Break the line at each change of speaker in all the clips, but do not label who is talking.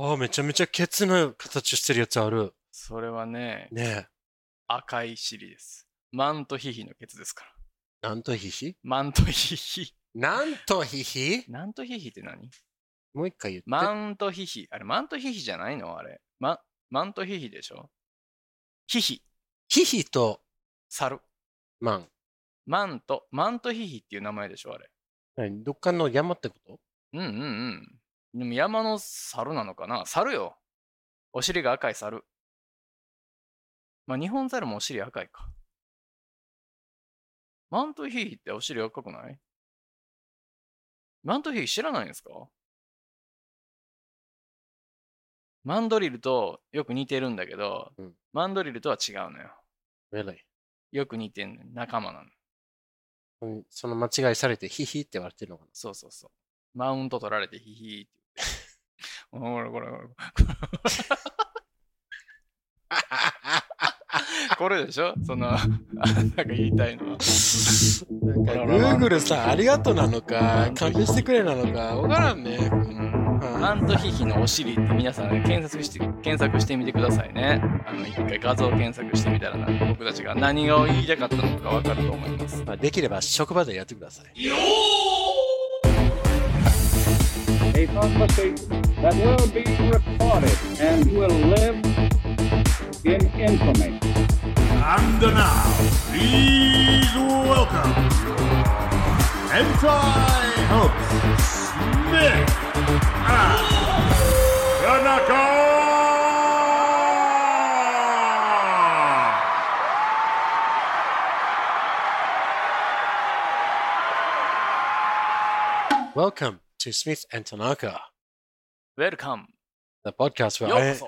ああ、めちゃめちゃケツの形してるやつある。
それはね、
ね
赤い尻です。マントヒヒのケツですか
え。
ら。
なんとヒヒ
マントヒヒ。
なんとヒヒ
マントヒヒって何
もう一回言って。
マントヒヒ。あれ、マントヒヒじゃないのあれ。マ、マントヒヒでしょヒヒ、
ヒヒと
猿。
マン。
マント、マントヒヒっていう名前でしょあれ。
何どっかの山ってこと
うんうんうん。でも山の猿なのかな猿よ。お尻が赤い猿。まあ、日本猿もお尻赤いか。マントヒヒってお尻赤くないマントヒヒ知らないんですかマンドリルとよく似てるんだけど、
うん
マンドリルとは違うのよ。
Really?
よく似てんの仲間なの。
うんその間違いされてヒヒって言われてるのか
そうそうそう。マウント取られてヒヒーって言って。ほらほらほらほら。 これでしょその、あなんか言いたいの
な
は。
なんか Google さ、ありがとうなのか、勘弁してくれなのか、わからんね。
マントヒヒのお尻って皆さん、ね、検索して検索してみてくださいね。あの一回画像検索してみたらな僕たちが何を言いたかったのかわかると思います。
まあ、できれば職場でやってください。
a prophecy that will be recorded and will live in infamy.
And now, please welcome Hentai Host Smith and Tanaka.
Welcome to Smith and Tanaka,
Welcome!
the podcast
よ
where
う
I,
こ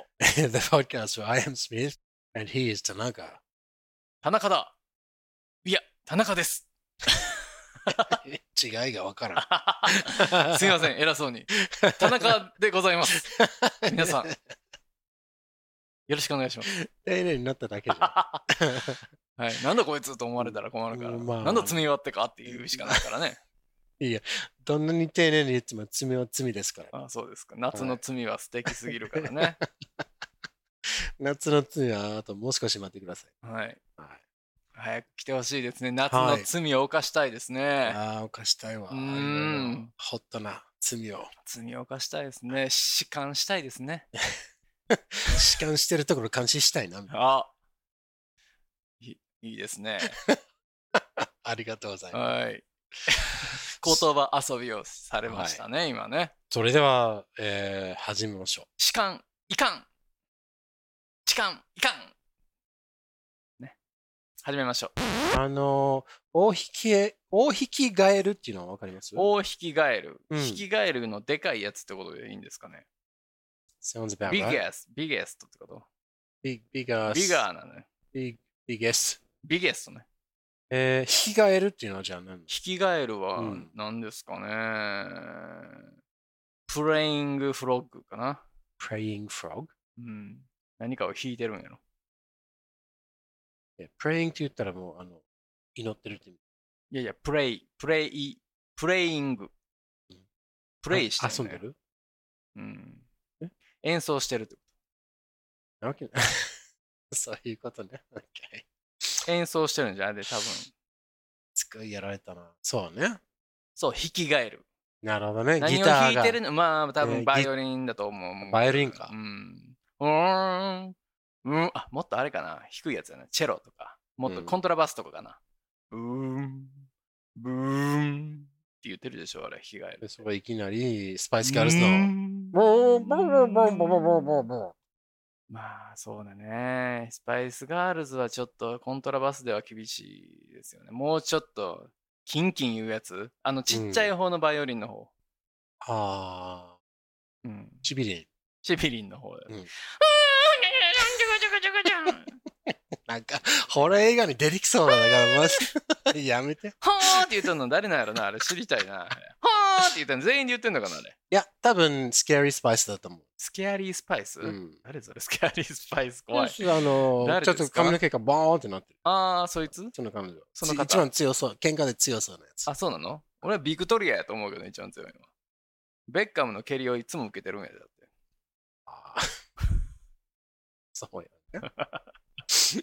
そ
the podcast where I am Smith and he is Tanaka.
田中だいや、田中です
違いがわからん。
すいません、偉そうに。田中でございます。 皆さん。よろしくお願いします。
丁寧になっただけじゃ ん。
はい、なんだこいつと思われたら困るから、
うんまあ
なんだ罪はってかっていうしかないか らね。
どんなに丁寧に言っても罪は罪ですから。
あそうですか。夏の罪は素敵すぎるからね。
夏の罪はあともう少し待ってくださ
はい。
はい
早く来てほしいですね。夏の罪を犯したいで
い。
すね。
ああ、犯したいわ。
うーん
ホットな罪を。
罪を犯したいですね。弛緩したいですね。
弛緩してるところ監視したいな。
あいいいですね。
ありがとうございます。
はい。 言葉遊びをされましたね、今ね。
それでは、えー始めましょう。
痴漢、いかん。痴漢、いかん。ね。始めましょう。
あのー、大引きえ、大引きガエルっていうのはわかります
大引きガエル。
うん
引きガエルのでかいやつってことでいいんですかね。
?Sounds about
biggest
right.
biggest ってこと。
Big, biggest.
bigger なのね。
Big, biggest.
biggest ね。
えー、引きガエルっていうのはじゃあ何
引きガエルは
うん
何ですかね。プレイングフロッグかな。
?Praying frog?
うん。何かを引いてるんやろ。
え Praying って言ったらもう、あの、祈ってるって意味。
いやいや、プレイ、プレイ、プレイング。プレイして
あ遊んで
るね。
る
うん。演奏してるってこと
なわけ ない。そういうことね。Okay
演奏してるんじゃないで多分
すごいやられたな。そうね。
そう弾きガエル
なるほどね。ギ
何
タ
を弾
ー
い
が
てるのまあ多
えー
分
ギ
バイオリンだと思う
バイオリンか
うんうーんうんあもっとあれかな低いやつやなチェロとかもっと
うん
コントラバスとかかな、ブーンブーンって言ってるでしょあれ弾きガエル
それいきなり、スパイスガールズの。
ボーンまあそうだね。スパイスガールズはちょっとコントラバスでは厳しいですよね。もうちょっとキンキン言うやつあのちっちゃい方のバイオリンの方。
ああ、
うん。
ちびりん。
シビリンの方だよ。
うん
うーん
なんか、ホラー映画に出てきそうだから、まず、やめて。い
ほーって言ったの誰なんやろなあれ知りたいな。ほーって言ったの全員で言ってんのかなあれ。
や、多分、スケアリースパイスだと思う。
スケアリースパイス、
うん。
誰それスケアリースパイス怖い。
ちょっとあのー
誰
ちょっ
ですか
と髪の毛がボーンってなってる。
あー、そいつ
その彼女。
その方
一番強そう。喧嘩で強そうなやつ。
あ、そうなの俺はビクトリアやと思うけどね、一番強いのは。ベッカムの蹴りをいつも受けてるんやでだって。
そうやね。えー ちょっ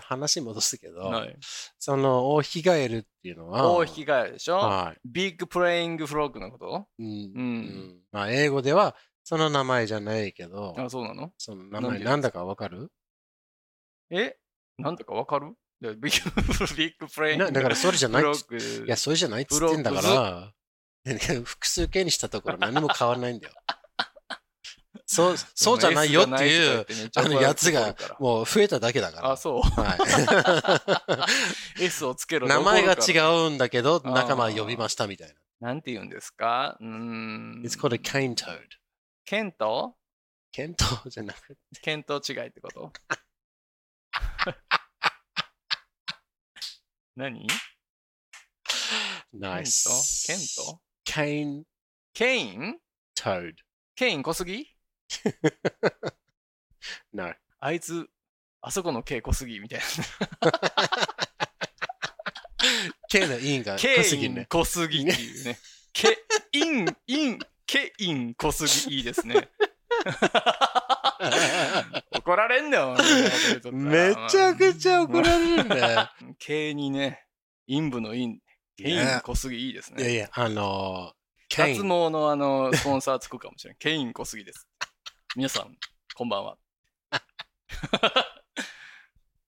と話戻すけど、
はい。
その、オオヒガエルっていうのは、
大引き換えでしょ
は
ビッグプレイングフロッグのこと
い。うん。
う。
うんんまあ、英語では、その名前じゃないけど、
あ、そうなの
その名
なん
前
で
なんだかわかる
えなんだかわかるいやビッグ ビッグプレイング
なだからそれじゃない
フ
っ
ロ
つ
ッグ。
いや、それじゃないっつってんだから、 複数形にしたところ何も変わらないんだよ。そう、そうじゃない よっていう、あのやつがもう増えただけだから。
あ、そう。
は
S をつけ
い、
ろ。
名前が
う。
違うんだけど、
あー
仲間呼びましたみたいな。
なんて言うんですかうーん。
It's called a cane toad.
ケント
ケントウじゃなくて。
ケント違いってこと 何ケ
ナ
ン
イ
ト
ス。
ケント
ケン
ケイン
ト Cane toad.
ケイン小杉
No.
あいつ、あそこの K 小杉みたい
ケのイン が
な。
濃
ケ
す
イ
ぎる
ン
ね。
小杉っていうね。ケイン、イン、ケイン小杉いいですね。怒られんだよ。
めちゃくちゃ怒られるね。
K にね、陰部の陰、ケイン
ね
小杉いいです
いやい
ね。
や、あのー、ケイ
脱
ン。
毛のあの、スポンサーつくかもしれん。ケイン小杉です。皆さん、こんばんは。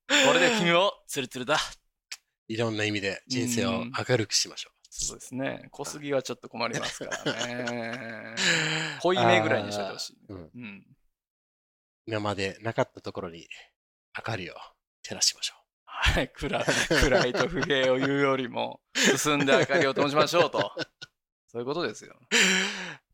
これで君をツルツルだ。
いろんな意味で人生を明るくしましょ
そうですね。小杉はちょっと困りますからね。
う。
濃いめぐらいにしといてほしい。
あーうん
うん。
今までなかったところに明かりを照らしましょ
はい。暗い暗いと不平を言うよりも、進んで明かりを灯しましょ うと。そういうことですよ。
う。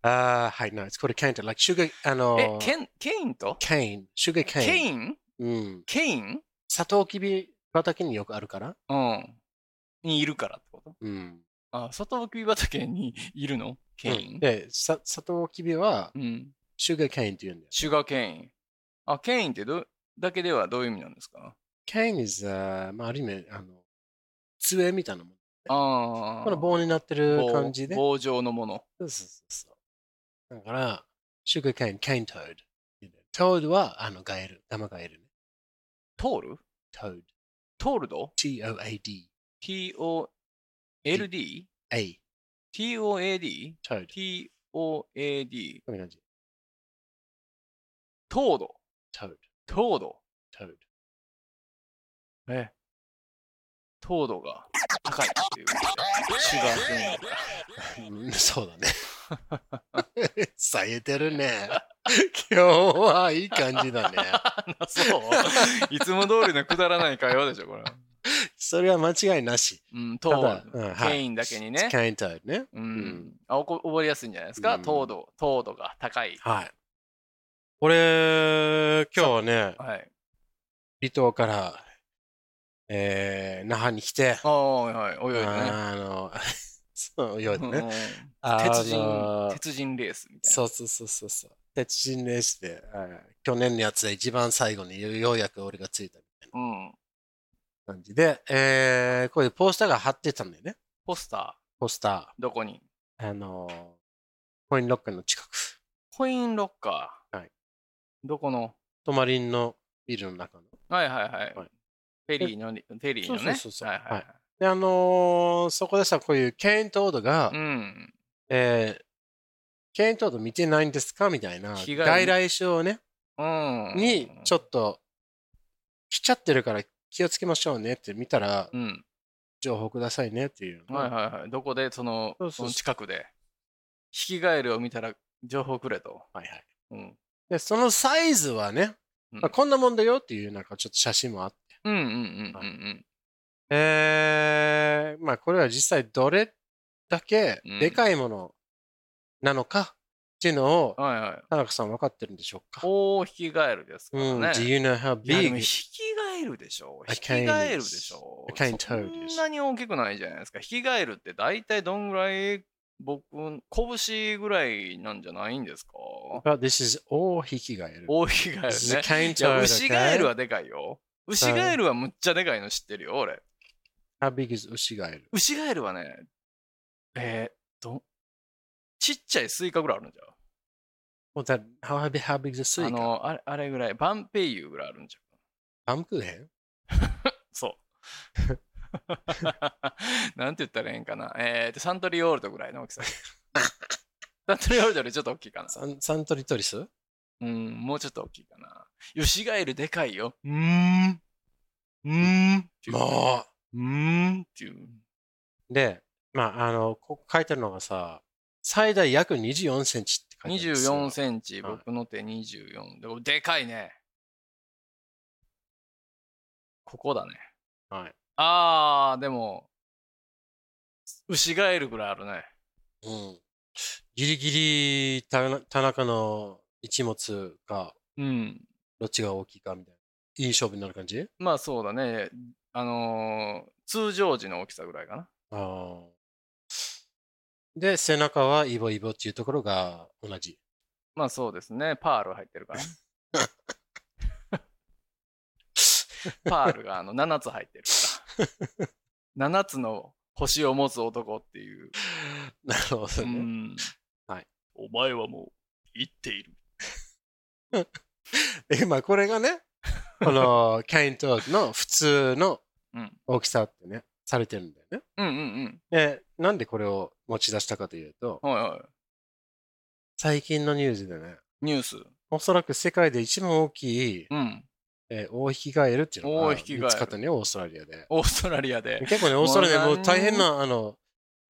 ああ、はい、no, it's called a cane. Like sugar, あの
え
ー、、
ケン、ケインと
cane, sugar
ケ
cane.
イン
うん。
ケイン
サトウキビ畑によくあるから。
うん。にいるからってこと
うん。
あ、外吹き畑にいるのケイン、
で、さサトウキビは
うん。
sugar cane って言うんだよ。
シュガーケイン。あ、ケインってど、だけではどういう意味なんですか
cane is, あーまあ、ある意味、あの、杖みたいなもん。
ああ。
この棒になってる
棒
感じで。
棒状のもの。
そうそうそうそう。だから、シュガーケイン、ケイントード。トードは、あの、ガエル、生ガエルね。
トール
トード。
トールド
T-O-A-D。
?T-O-L-D?
A。
TOAD?
トード。
TOAD?
こんな感じ。
糖度
トード。
糖度
トード。
え糖度が高いっていうことでシュガーケインが
うんそうだね。 冴えてるね。今日はいい感じ だね。
あそういつも通りのくだらない会話でしょこれ
それは間違いなし。
うん
ただ
糖
うん
度
はい
ケインだけにね
ケイントードね。
うんあおこ覚えやすいんじゃないです
う
か
ん
糖度糖度が高い
はい。俺、今日はね、
はい
離島から、えー、那覇に来て、
ああはいはい泳いでね
あの、 そう、よいで
うんう
ね。
ん
あの
鉄人鉄人レースみたい
そうそうそうそうそう。鉄人レースで、あー去年のやつで一番最後にようやく俺がついたみたい
なうん
な感じで、えー、こういうポスターが貼ってたんだよね。
ポスタ
ポスタ
ーどこに
ー。あのー、コインロッカーの近く。
コインロッカー
はい
どこの
泊まりんのビルの中の。
はいはいはい。
はい
フェリーのり、フェリーのね。
そうそうそうそう
はいはいはい。
で、あのー、そこでさ、こういうケイントードが、
うん。
えー、ケイントード見てないんですかみたいな
被
外
害
来種をね、
うん。
にちょっと来ちゃってるから気をつけましょうねって見たら
うん。
情報くださいねっていう、
はいはいはい。どこで、その、
そう
そ
そうそう
の近くで、ヒキガエルを見たら情報くれと。
はいはい
うん。
でそのサイズはね、
うん
まあ、こんなもんだよっていうなんかちょっと写真もあって、
うんうんうんうん
えー、まあこれは実際どれだけ
うん
でかいものなのかっていうのを
うん。はいはい。
田中さん分かってるんでしょうか、
おー、ヒキガエルですからね。
うん、Do you know how
いやでも
big?
ヒキガエルでしょ。
A
ヒキガエルでしょ。
cane is- a cane toad
そ
is-
んなに大きくないじゃないですか。ヒキガエルって大体どんぐらい、僕、拳ぐらいなんじゃないんですか
Well, this is all 引きがいる。
大ヒガエル
This is a
ね。
cane
いや、
toad,
ウシガエル
okay?
はでかいよ。ウシガエルはむっちゃでかいの知ってるよ、俺。
How big is 牛がいる
ウシガエルはね、えー、ど、ちっちゃいスイカぐらいあるんじゃん。
Well, that how how big, how big is a スイカ
あの、あれあれぐらい、バンペイユぐらいあるんじゃん。
パンクーヘン
そう。 なんて言ったらええんかな。えーと、サントリーオールドぐらいの大 きさ。サントリーオールドよりちょっと大きい かな。
サンサントリートリス
うん、もうちょっと大きいかな。ヨシガエルでかいよ。うーん。うーん。っていう
も
うーんっていう。
うで、まあ、あの、ここ書いてるのがさ、最大約24センチって書いてあるんですよ。
24センチ、
はい
僕の手24。でもでかいね。ここだね。
はい。
あー、でも、牛ガエルぐらいあるね。
うん。ギリギリ田中田中の一物か、
うん。
どっちが大きいかみたいな。いい勝負になる感じ
まあそうだね。あのー通常時の大きさぐらいかな。
ああ。で、背中はイボイボっていうところが同じ。
まあそうですね。パール入ってるからね。パールがあの7つ入ってるから。7つの星を持つ男っていう。
なるほどね。
うん
はい
お前はもう生っている。
え、まあこれが ね、このキャイントークの普通の
うん
大きさってね、されてるんだよね。
うんうん
で、なんでこれを持ち出したかというと
う、ん。はいはい。
最近のニュースでね、
ニュース。
おそらく世界で一番大きい、
うん。
えー、オオヒキガエルっていうの
オオ
が
ヒキ
見
ガエル
つかったね、オーストラリアで。
オーストラリアで
結構 ね、オーストラリア
も
も
う
う大変な、あの、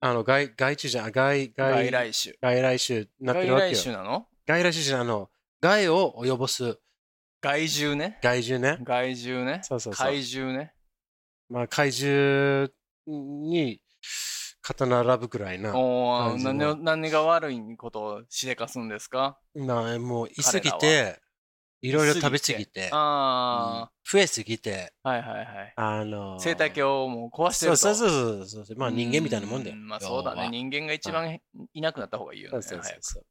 あの外外注じゃん、外、
外
外、
来種。
外来種になって
外
るわけ
来
よ。
種なの
外来種じゃないあの、害を及ぼす
害獣ね。
害獣ね。
害獣ね。
そうそうそう。
怪獣ね。
まあ、怪獣に刀選ぶくらいな。
おお、
怪獣
何を何が悪いことをしでかすんですか
なもう、いすぎ
彼
て、いろいろ食べすぎて、うん
あ
増えすぎて、
あ、はいはいはい。
あのー、
生態系
を
をもう壊してる
そう
と。
そうそうそうそう。まあ、人間みたいなもんだよ。
うまあそうだね。
人
人間が一番いなくなった方がいいよね。
間そうそうそう
早く
そう。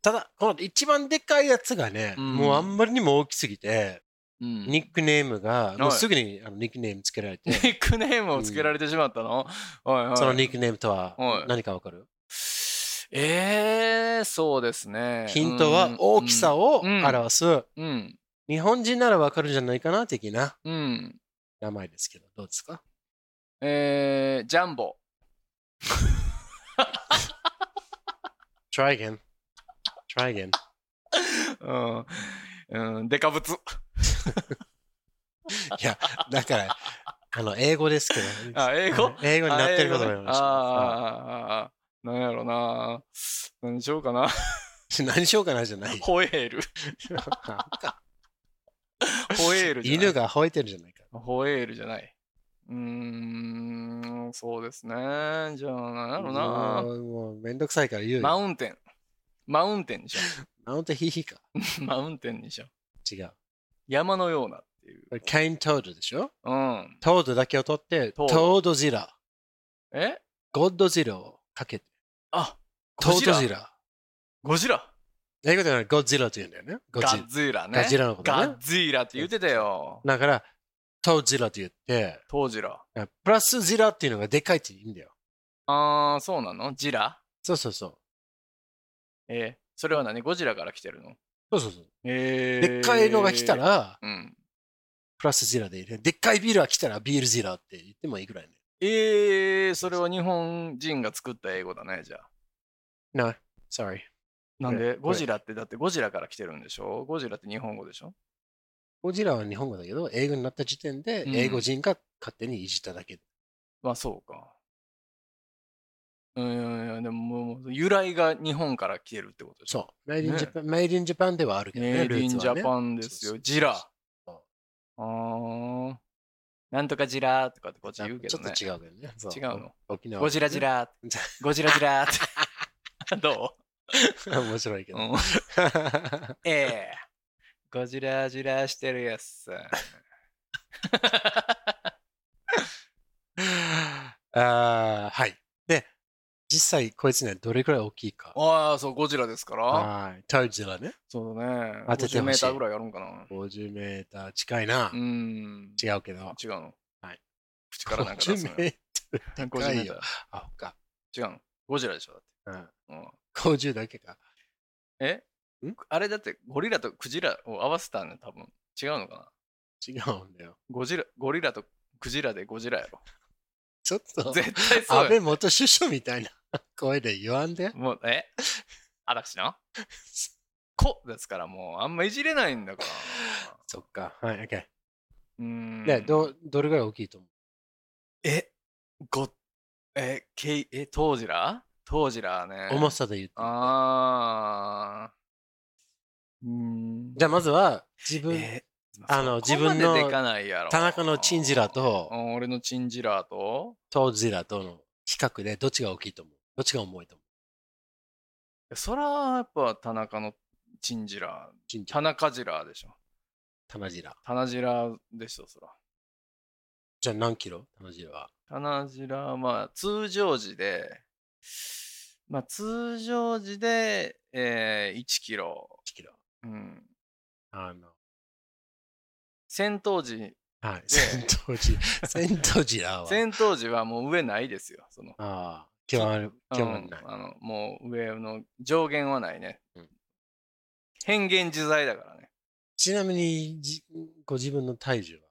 ただ、この一番でかいやつがね、
うん
もうあんまりにも大きすぎて、
うんニ
ニックネームが、
い
もうすぐにあのニックネームつけられて、
ックネームをつけられてしまったの、はいはい。
そのニックネームとは
はい
何かわかる
えー、そうですね。
ヒントは大きさを
を。うん
表す
うん。
日本人ならわかるんじゃないかな的な
うん。うん
名前ですけどどうですか
えー、ジャンボ。
?Try again. Try again.
うん。うん、デカブツ。
いや、だから、あの、英語ですけど。
あ、英語
はい 英語になってることがありましたは
あーあー、あーあー、なんやろな。何しようかな。
い 何しようかなじゃない。
ホエール。ホエールじゃない。
犬が吠えてるじゃないか。
ホエールじゃない。うーん、そうですね。じゃあ、何やろな。
もうもうめんどくさいから言うよ。
マウンテン。マウンテンにしよ
マウントヒヒか。
う。 マウンテンにしよう。
違う。
山のようなっていう。
これ、キャイントードでしょ
うん。
トードだけを取って、
ト
ト
ード
ードジラ、
え
ゴッドジラをかけて、
あ、
ト
ゴジ
ード
ラ
ジラ。
ゴジラ。
英語ではゴジラと言うんだよね。ゴ
ガ
ジラ
ッ。ズイラね。
ガジラのことね
ガッズイラって言ってたよ。
だから、トウジラと言って、
トウジラ。
プラスジラっていうのがでかいっていいんだよ。
あー、そうなのジラ
そうそうそう。
えー、それは何ゴジラから来てるの
そうそうそう。
えー
でっかいのが来た、ら、
うん、
プラスジラでいいね。でっかいビールが来たら、ビールジラって言ってもいいぐらいね。
えー、それは日本人が作った英語だねじゃあ
No, sorry.
なん
こ
で
れ
ゴジラってだってゴジラから来てるんでしょゴジラって日本語でしょ
ゴジラは日本語だけど、英語になった時点で、
うん
英語人が勝手にいじっただけ。
まあそうかうんいやいやでももう由来が日本から来てるってことでしょ
そう。メイディン
ね
ジャパン、メイディンジャパンではあるけどね。
メイディンジャ
ン。
パンです
そ
よ
うそう
ジラ
そう
あーなんとかジラとかってこっち
ちょっ
言うけどね
と違うけどね。そ
違うの。
沖縄。
ゴジラジ。ラ
じゃ
ゴジラジラって ど
面白いけ
う、
ど。
うんええゴジラジラしてるやつ。
あーはい。で、実際こいつね、どれくらい大きいか。
ああ、そう、ゴジラですから。
はい。トージラね。
そうだね。
当てて
50メ
ほし
ー
い
ターぐらいあるんかな。
50メーター近いな
う。ん。
違うけど。
違うの。
はい。
口からなんか出すのよ。
50メー
50
ターで
メ
か
ー
い
タ
よ。あ、ほか。
ー。違うの。ゴジラでしょ、だって
うん。
うん。
50だけか。
え
ん
あれだってゴリラとクジラを合わせたんだよ、多分。違うのかな
違うんだよ。
ゴジラ、ゴリラとクジラでゴジラやろ。
ちょっと、
絶対そ
安
うや
倍元首相みたいな声で言わんで。
もう、え嵐 の子ですからもう、あんまいじれないんだから。
そっか。はい、OK。
うーん。
ね、ど、どれぐらい大きいと思う
え、ご、え、けい、え、トージラトージラね。
重さで言って。
あー。うーん。
じゃあまずは、自分、
え
あの
そこまで
自分の
でかないやろ
田中のチンジラと
う、ん俺のチンジラと
トージラとの比較でどっちが大きいと思うどっちが重いと思う
いやそらやっぱ田中のチンジラ
チンジ
田
ラ、
中ジラでしょ
タナジラ。
田中ジラでしょそら
じゃあ何キロタナジラは。
田中ジラはまあ通常時でまあ通常時で、えー、1キロ、
1キロ。
うん、
あの、
戦闘時
はい。
で
戦闘 時、戦闘時だわ。
戦闘時はもう上ないですよその
ああ、今日はある、
う
今日は
ん
ない。
あのもう上の上限はないね、
うん
変幻自在だからね
ちなみに、じご自分の体重は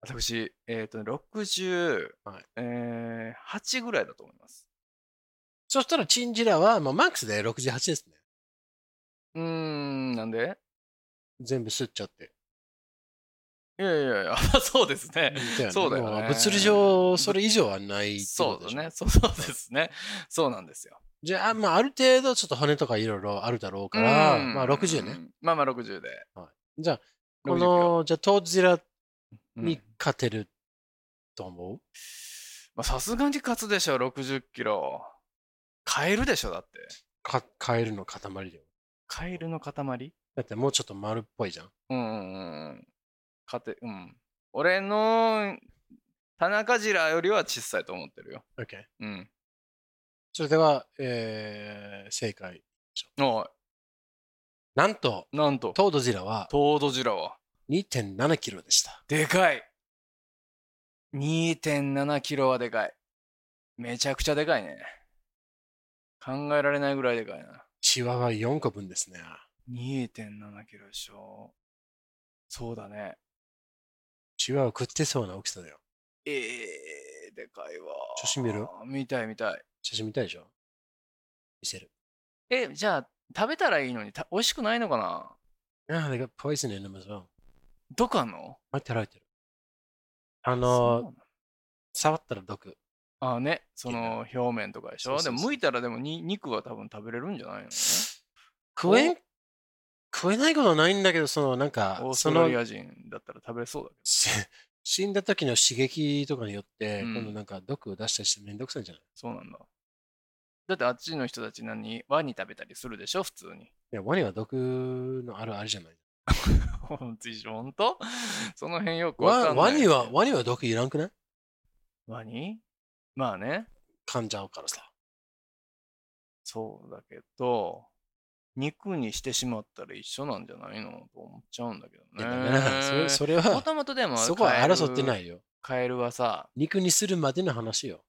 私、えっ、と、60、
はい
えー、8ぐらいだと思います。
そしたらチンジラは、まあ、マックスで68ですね。
うーん、なんで
全部吸っちゃって。
いやいやい や、そうですね。そうだよね
も物理上、それ以上はないってこと
そう
で
だ
しょ
ね。そうそうですね。そうなんですよ。
じゃあ、まあ、ある程度、ちょっと骨とかいろいろあるだろうから、
うん
まあ、60ね。。
まあまあ60で。
じゃあ、
60
こ
キロ、
の、じゃあ、トージラ
うん
に勝てると思う、
まあさすがに勝つでしょ、60キロ。カエルでしょ、だって。
かカエルの塊だよ。
カエルの塊
だって、もうちょっと丸っぽいじゃん。
うんうんうんうん。勝て、うん。俺の、田中ジラよりは小さいと思ってるよ。
OK。
うん。
それでは、えー、正解。
おい、
なんと、
なんと。
トードジラは
トードジラは。
2.7キロでした。
でかい。2.7キロはでかい。めちゃくちゃでかいね。考えられないぐらいでかいな。
チワワ4個分ですね。
2.7キロでしょ。そうだね。
チワワ食ってそうな大きさだよ。
えー、でかいわ。
写真見る
見たい見たい。
写真見たいでしょ見せる。
え、じゃあ、食べたらいいのにた美味しくないのかな
ああ、they got poison in them as well.
毒あんの
入ってる入ってる。あ
そう
の、
なの
触ったら毒。
あーね、その表面とかでし
そ
ょ。
うそうそう
でも、剥いたらでもに肉は多分食べれるんじゃないのね
食えん、食えないことはないんだけど、その、なんか
オー、ス
そ
トラ
の
リ、ア人だったら食べれそうだけど。
し 死んだ時の刺激とかによって、
うん
今度なんか毒を出したりしてめんどくさいんじゃない
そうなんだ。だってあっちの人たち何ワニ食べたりするでしょ普通に。
いや、ワニは毒のあるあるじゃない。
本当本当その辺よくわか
ワ
んな
ワ
い。
ニは、ワニは毒いらんくない
ワニまあね、
噛んじゃうからさ。
そうだけど、肉にしてしまったら一緒なんじゃないのと思っちゃうんだけど
いやダメだ
ね。
それ、それ
も
は、
ともとでも。
そこは争ってないいよ。
カエルはさ、
肉にするまでの話よ。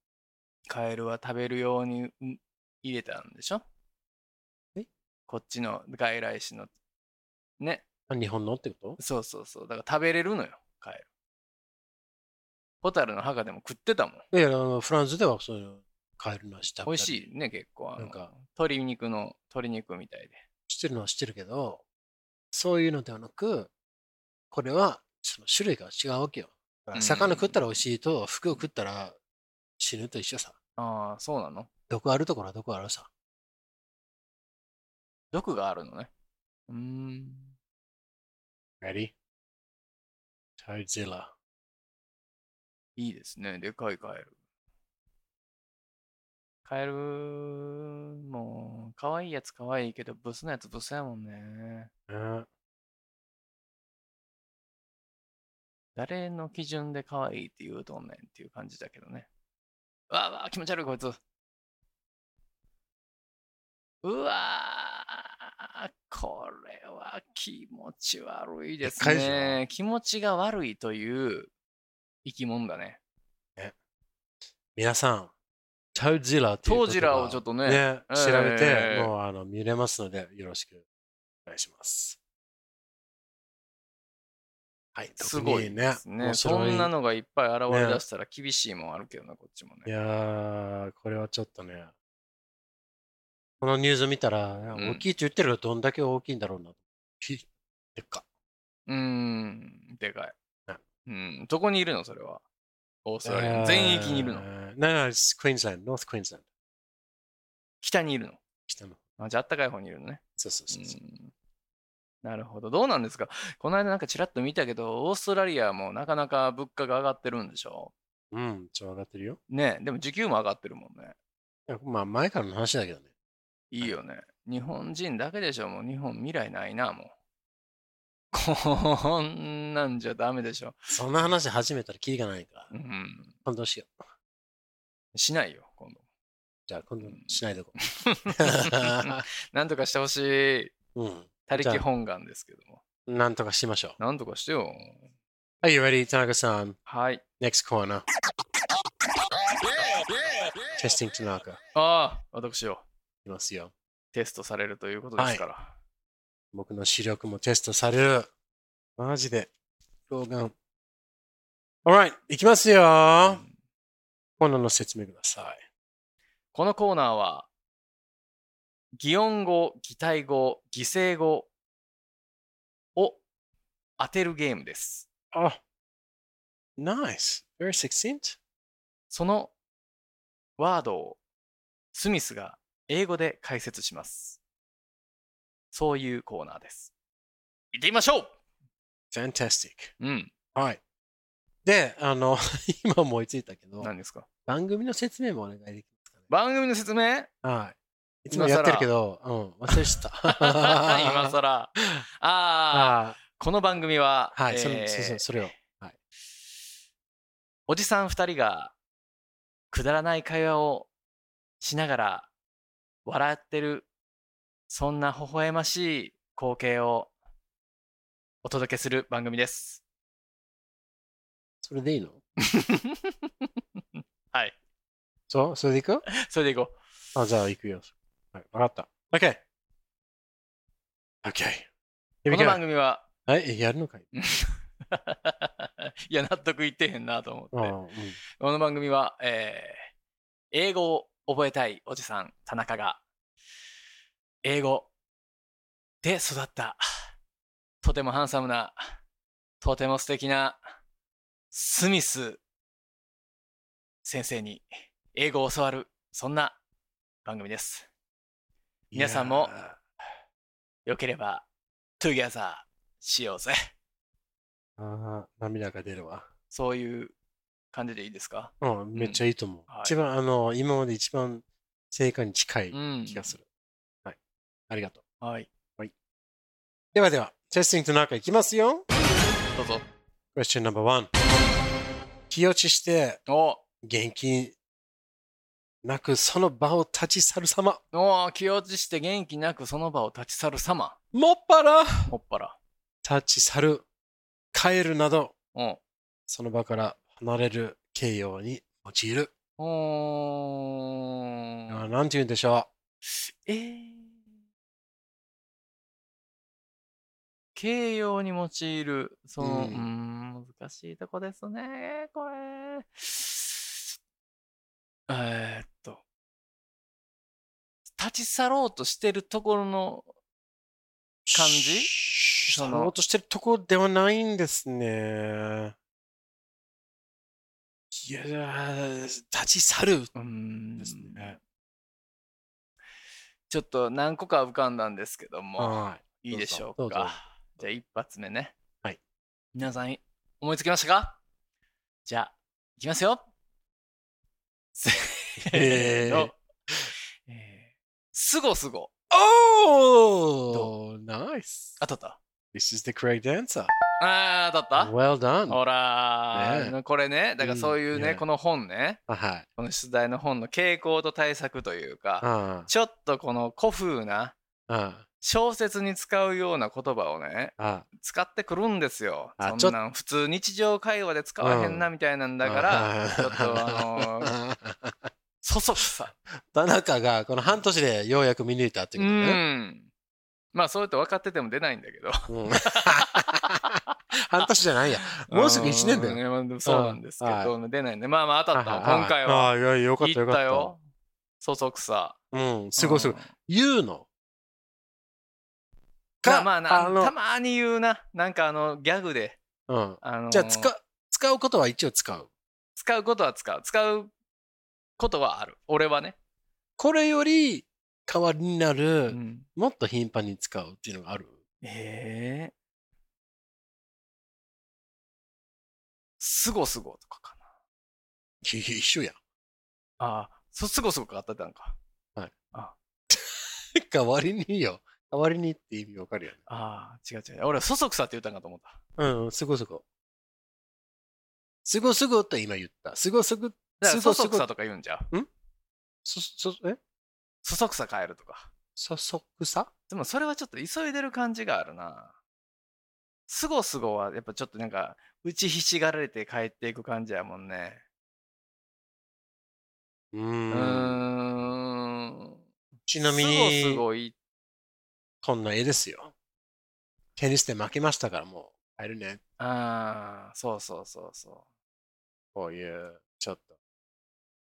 カエルは食べるようにん入れたんでしょ
え
こっちの外来種の。ね、
あ日本のってこと
そうそうそう。だから食べれるのよ、カエル。ホタルの墓でも食ってたもん。
いや、あのフランスではそういうカエルの味食べたり
美味しいね、結構。あ
な
の
んか、
鶏肉の、鶏肉みたいで。
してるのは知ってるけど、そういうのではなく、これはその種類が違うわけよ。だから魚食ったら美味しいと、服を食ったら死ぬと一緒さ。
ああ、そうなの
毒あるところは毒あるさ。
毒があるのね。うーん。
Ready? タイジラ。
いいですね。でかいカエル。カエル、もう、可愛いやつ可愛いけど、ブスなやつブスやもんね。誰の基準で可愛いって言うとんねんっていう感じだけどね。うわうわ、気持ち悪いこいつ。うわーこれは気持ち悪いです
でっかいじゃ
ね。気持ちが悪いという生き物だね。
皆さん、タウジラっていう
トウジラをちょっ
と
とね、
ね、調べて、
えー
もうあの見れますので、よろしく願いします。はい、
すごい
特にね
で。すね。
面
そ
白い
んなのがいっぱい現れ
ね
出したら厳しいもんあるけどな、こっちも
い
ね。
やー、これはちょっとね、このニュース見たら、
ん
大きいって言ってるけど、どんだけ大きいんだろうな。ひでっか。
うーん、でかい
ね。
うん、どこにいるのそれは。オーストラリアの。全域にいるの。
えー No, no, it's Queensland, North Queensland.
北にいるの。
北の。
あじゃあ、あったかい方にいるのね。
そうそう
う
そうそう。
んなるほど。どうなんですかこの間なんかちらっと見たけど、オーストラリアもなかなか物価が上がってるんでしょ
うん、ちょ、上がってるよ。
ねえでも時給も上がってるもんね。
いやまあ、前からの話だけどね。
いいよね。日本人だけでしょもう日本未来ないな、もう。 こんなんじゃダメでしょ。
そんな話始めたらキリがないから。
うん。
今度しよう。
しないよ、今度。
じゃあ、今度しないでおこ
なんとかしてほしい。
う。うん。
他力本願ですけども。
なんとかしましょう。
なんとかしてよ。
Are you ready, Tanaka-san?
はい。
Next corner. Testing Tanaka. い
ああ、私を
きますよ。
テストされるということですから。
僕の視力もテストされる。マジで。老眼。Alright, いきますよ。
うん
コーナーの説明ください。
このコーナーは、擬音語、擬態語、擬声語を当てるゲームです。
あ、Nice. Very succinct.
そのワードをスミスが英語で解説します。そういうコーナーです。行ってみましょ
Fantastic.
ううん。
はい。で、あの、 今思いついたけど、
何ですか
番組の説明もお願いできますかね。
番組の説明
はい。いつもやってるけど、うん、忘れてた。 ら。
今更。ああ、
あ
この番組は、
ー はい、そ
え
れ
ー
そうそうそれを。
おじさん2人がくだらない会話をしながら笑ってるそんな微笑ましい光景をお届けする番組です。
それでいいの
はい。
そうそれでいく
それでいこう。
あ、じゃあ行くよ。はい、わかった。OK! OK!
こ
響
の
け
番組は、
はい、やるのかい
いや、納得いってへんなと思って。
ああ、うん。
この番組は、えー英語を覚えたいおじさん、田中が、英語で育った、とてもハンサムな、とても素敵な、スミス先生に英語を教わる、そんな番組です。皆さんも
いや
よければ、トゥギャザーしようぜ。
ー。ああ、涙が出るわ。
そういう感じでいいですか
うん、めっちゃいいと思う。
はい
一番、あの、今まで一番成果に近い
うん
気がする。はい。ありがとう。
はい。
ではでは、テスティングと中いきますよ。
どうぞ。
Question number one。気落ちして
お
元気なくその場を立ち去る様。
お気落ちして元気なくその場を立ち去る様。
もっぱら
ほっぱら。
立ち去る、帰るなど、
うん。
その場から離れる形容に用いる。
うー
あ
ん。
なんて言うんでしょ
えー形容に用いる、その、う
うん
ーん、難しいとこですね、これ。えーっと、立ち去ろうとしてるところの、
う
漢字
し
そ
さ
の
ろうとしてるとこではないんですね。いやー、立ち去る
うーん
ですね。
ちょっと何個か浮かんだんですけども、
はい
いいでしょ
ど
う
うぞどうぞ
か。じゃあ一発目ね。
はい。
皆さんい思いつきましたかじゃあ、いきますよ。せーの。えーすごすご。
Oh, nice.
当たった
This is the correct answer.
あー当たった
Well done.
ほらー、
ね
これね、だからそういうね、
うん
この本ね、
あはい。
この出題の本の傾向と対策というか、
あ
ちょっとこの古風な
あ
小説に使うような言葉をね、
あ
使ってくるんですよ。
あ
そんなん普通日常会話で使わへんなみたいなんだから、
ら
ちょっとあの ーそそくさ。
田中がこの半年でようやく見抜いたって
う
いうことね。
ん。まあそういうと分かってても出ないんだけど。
うん半年じゃないや。 もうすぐ1年だよ
うんいやまあでもそうなんですけど、出ないんで。まあまあ当たった。
はいはい
今回
あ
は。
あ、いや、よかった
行
よ
っ
かった。
たよ。そそくさ。
うん、すごいすごい
うん。。
言うの。
ま
か、
あまあな
あの
たまーに言うな。なんかあの、ギャグで。
うん。
あのー
じゃあ、使う、使うことは一応使う。
使うことは使う。使うことはある。俺はね。
これより代わりにな
う
る、
ん、
もっと頻繁に使うっていうのがある。
ええすごすごとかかな。
いや一緒やん。
ああ、そすごすごかあったなんか。
代わりによ。代わりにって意味わかるやん。
ああ、違う違う。俺、そそくさって言ったんかと思った。
うんうん、すごいすごい。すごいすごいって今言った。すごいすごい。
だから
すご
そ
いすごい
そくさとか言うんじゃん。
そ、そ、え
そそくさ変えるとか。
そ、そくさ
でもそれはちょっと急いでる感じがあるな。すごすごはやっぱちょっとなんか打ちひしがられて帰っていく感じやもんね。
う
う
ーん。
ーん。
ちなみ
すごす
に、
ごい。
こんな絵ですよ。テニスで負けましたから、もう、帰るね。
ああ、そうそうそうそ
こういう、ちょっと。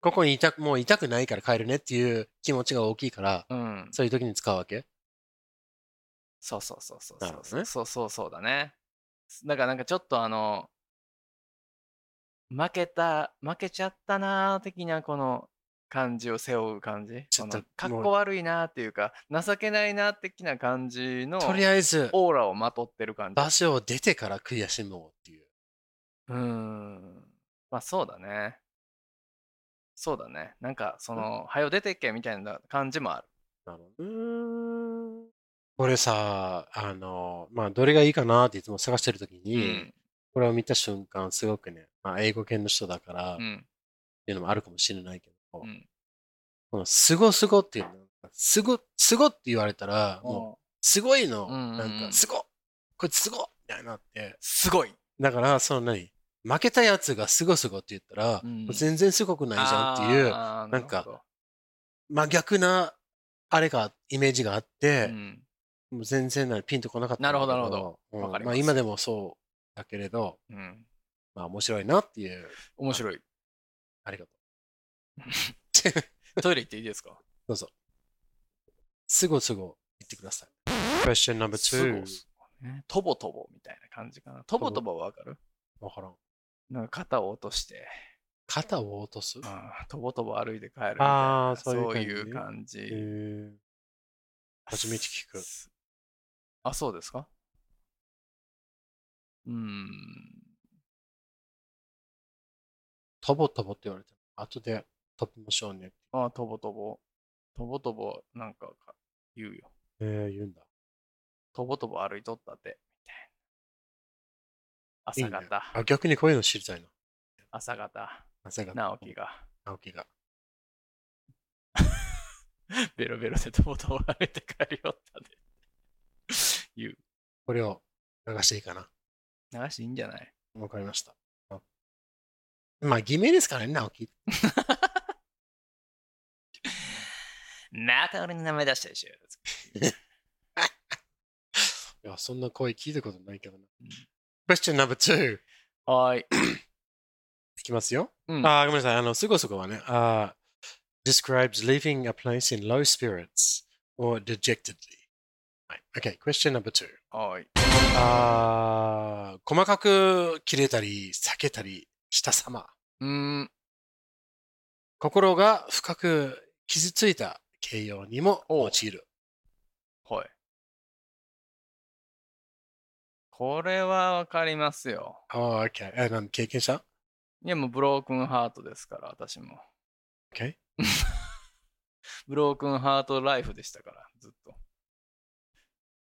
ここにいたく、もう痛くないから帰るねっていう気持ちが大きいから、
う。うん。
そういう時に使うわけ
そうそうそうそう
なるほ
そう
ど
そう、
ね
そうそうそうだね。だからなんかちょっとあの、負けた、負けちゃったなー的なこの感じを背負う感じ。
ちょっと
この
も
か
う
っこ悪いなーっていうか、情けないなー的な感じの
とりあえず、
オーラをまとってる感じ。
場所を出てから悔しもうっていう。
うーん。まあそうだね。そうだね。なんかその、はよ出てけみたいな感じもある。
なるほどね。これさ、あの、まあ、どれがいいかなっていつも探してるときに、
うん。
これを見た瞬間、すごくね、まあ、英語圏の人だから、
う
っ
ん。
ていうのもあるかもしれないけど、
うん
このすごすごっていうの、すご、すごって言われたら、もう、
もう
すごいの、
うんうんうん
なんか、すごこれすごみたいになって、
すごい
だから、その何負けたやつがすごすごって言ったら、
うん
もう全然すごくないじゃんっていう、
あー
なんか
るほど
まあ逆な、あれが、イメージがあっ
う
て、
ん
もう全然なピンとこなかったんだ
な
け。
るほどなるほ
う
ど
ん
わかり
ま
ま
あ
す
今でもそうだけれど、
うん、
まあ面白いなっていう、
面白い。
ありがと
トイレ行っていいですか
う。すごすご言ってください。Question number
す
two
ご。すごいね。とぼとぼみたいな感じかな。とぼとぼはわかる
わからん。
なんか肩を落として、
肩を落とす
うんとぼとぼ歩いて帰るみたい
あ
な
ーそういう感じ
そうい
へ
う感じ。
ー初めて聞く。
すあ、そうですかうーん。
とぼとぼって言われてる。後で飛びましょうね。
あ、とぼとぼ。とぼとぼ、なんかか言うよ。
えー、言うんだ。
とぼとぼ歩いとったって。
いい
みたい
ね
な。朝方、
あ、逆にこういうの知りたいな。
朝方、
朝が。
直樹が。
直樹が。
ベロベロでとぼとぼ歩いて帰りよったで。言う。
これを流していいかな。
流していいんじゃない
わかりました。あまあ、偽名ですからね、直樹。
また俺に名前出したでしょ。
いや、そんな声聞いたことないけどな。Question number two。
はーい。
いきますよ。
うん
あーごめんなさい。あの、すごそこはね。あー describes leaving a place in low spirits or dejectedly. はい。Okay, question number two.
はーい。
あー細かく切れたり、避けたりした様。
うーん。
心が深く傷ついた形容にも用いる。
はい。これはわかりますよ。
あー、okay. え、なん経験者
いや、もうブロークンハートですから、私も。
?Okay.
ブロークンハートライフでしたから、ずっと。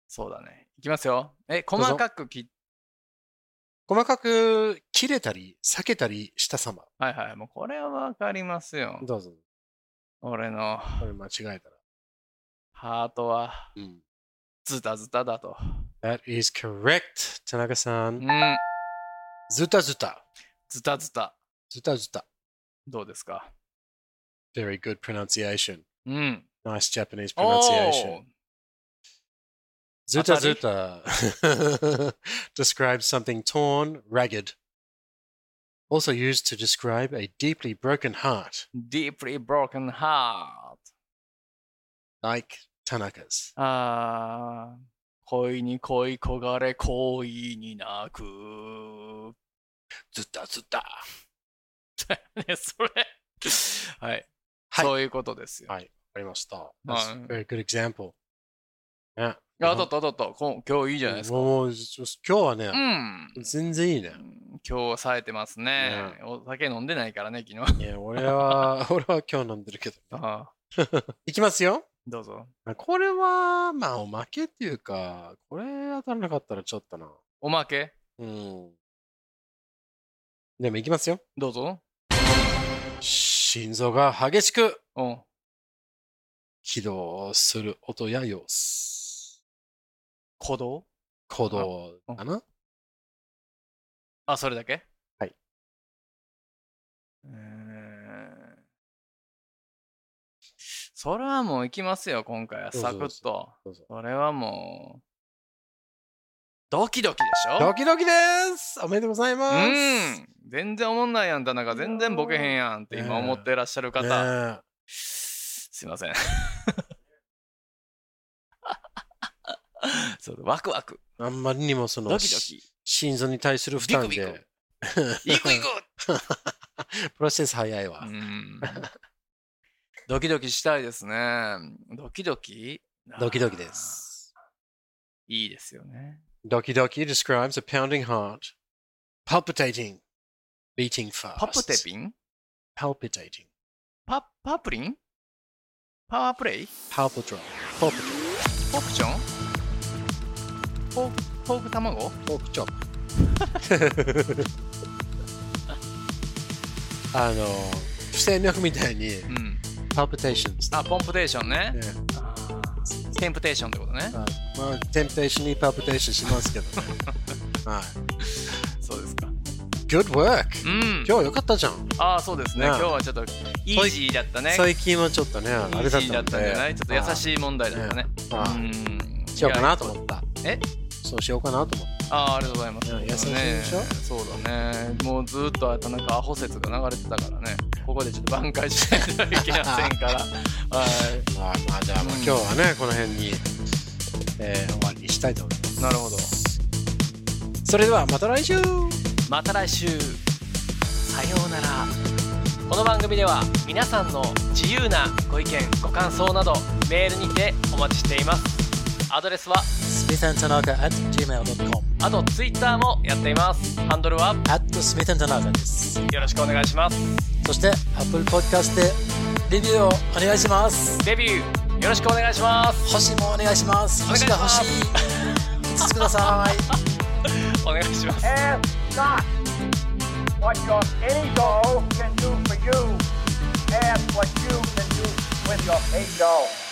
そうだね。いきますよ。え、
うぞ
細かく切っ
細かく切れたり、避けたりした様。
はいはい。もうこれはわかりますよ。
どうぞ。
俺の
これ間違えたら。
ハートは
うん。
ズタズタだと。
That is correct, 田中さ。
うんん。
ズタズタ。
ズタズタ。
ズタズタ。
どうですか
Very good pronunciation.
うん。Oh,
Nice Japanese
お
pronunciation. Zuta
Atari?
Zuta describes something torn, ragged. Also used to describe a deeply broken heart,
Deeply broken heart.
like Tanaka's.
あー恋に恋焦がれ恋に泣く。
Zuta Zuta.
ね、それ。はい。
はい
そういうことですよ。
わかりました。
はい。
That's a very good example. Ah, uh-huh. ね
あ、とっとっとっと、こ今日いいじゃないですか。
もう今日はね、
うん。
全然いいね。
今日冴えてますね。お酒飲んでないからね、昨日。
いや、俺 は、俺は今日飲んでるけど。
ああ
いきますよ。
どうぞ。
これは、まあ、おまけっていうか、これ当たらなかったらちょっとな。
おまけ
うん。でも、いきますよ。
どうぞ。
心臓が激しく
うん。
起動する音や様子。
鼓動
鼓動かな
あ、それだけ
はい。
うーん。それはもう行きますよ、今回は。
どうぞ
サクッと。
どうぞ
それはもう、ドキドキでしょ
ドキドキですおめでとうございます
うん全然思んないやん、田中。全然ボケへんやんって今思ってらっしゃる方。
ねえ
すいません。 そうワクワク、
あんまりにもその
ドキドキ、
心臓に対する負担で
ビクビクいくいく、
プロセス早いわ、
うん、 ドキドキしたいですね。ドキドキ
ドキドキで。す
いいですよね。
ドキドキ describes a pounding heart palpitating beating fast
パプテピン
palpitating
パパプリンパワープレイ
palpitral palpitral
ポークションポークポーク卵
pork chop あの不整脈みたいに
うん。
palpitations
あ、ポンプテーションね。
ね
あーテンプテーションってことね。
まあ、まあ、テンペーションに palpitation しますけ どねはい
そうですか。
Good work
うん。
今日よかったじゃん
ああ、そうです
ね
ね。今日はちょっと、イージーだったね。
最近はちょっとね、あれだった
イージーだったんじゃないちょっと優しい問題だったね。
い。ああ
うん。
しようか
い
な
や
と思った。
え
そうしようかなと思っ
ああ、ありがとうございます。
うん優しいでしょ
ねそうだね。もうずっと田中アホ説が流れてたからね。ここでちょっと挽回しないといけません から。はい。
た。まあまあ、じゃあまあ
う
今
ん
日はね、この辺に、えー終わりにしたいと思います。
なるほど。
それではまた来週
また来週さようならこの番組では皆さんの自由なご意見ご感想などメールにてお待ちしていますアドレスは
!smithandtanaka at gmail.com
あと Twitter もやっていますハンドルは
at smithandtanaka です。
よろしくお願いします
そして、Apple Podcast でレビューをお願いします。
デビューよろしくお願いします
星もお願いします。
願い
星
し
が
ま
欲
す
しい。5つください。
お願いします
Ask not what your ego can do for you. Ask what you can do with your ego.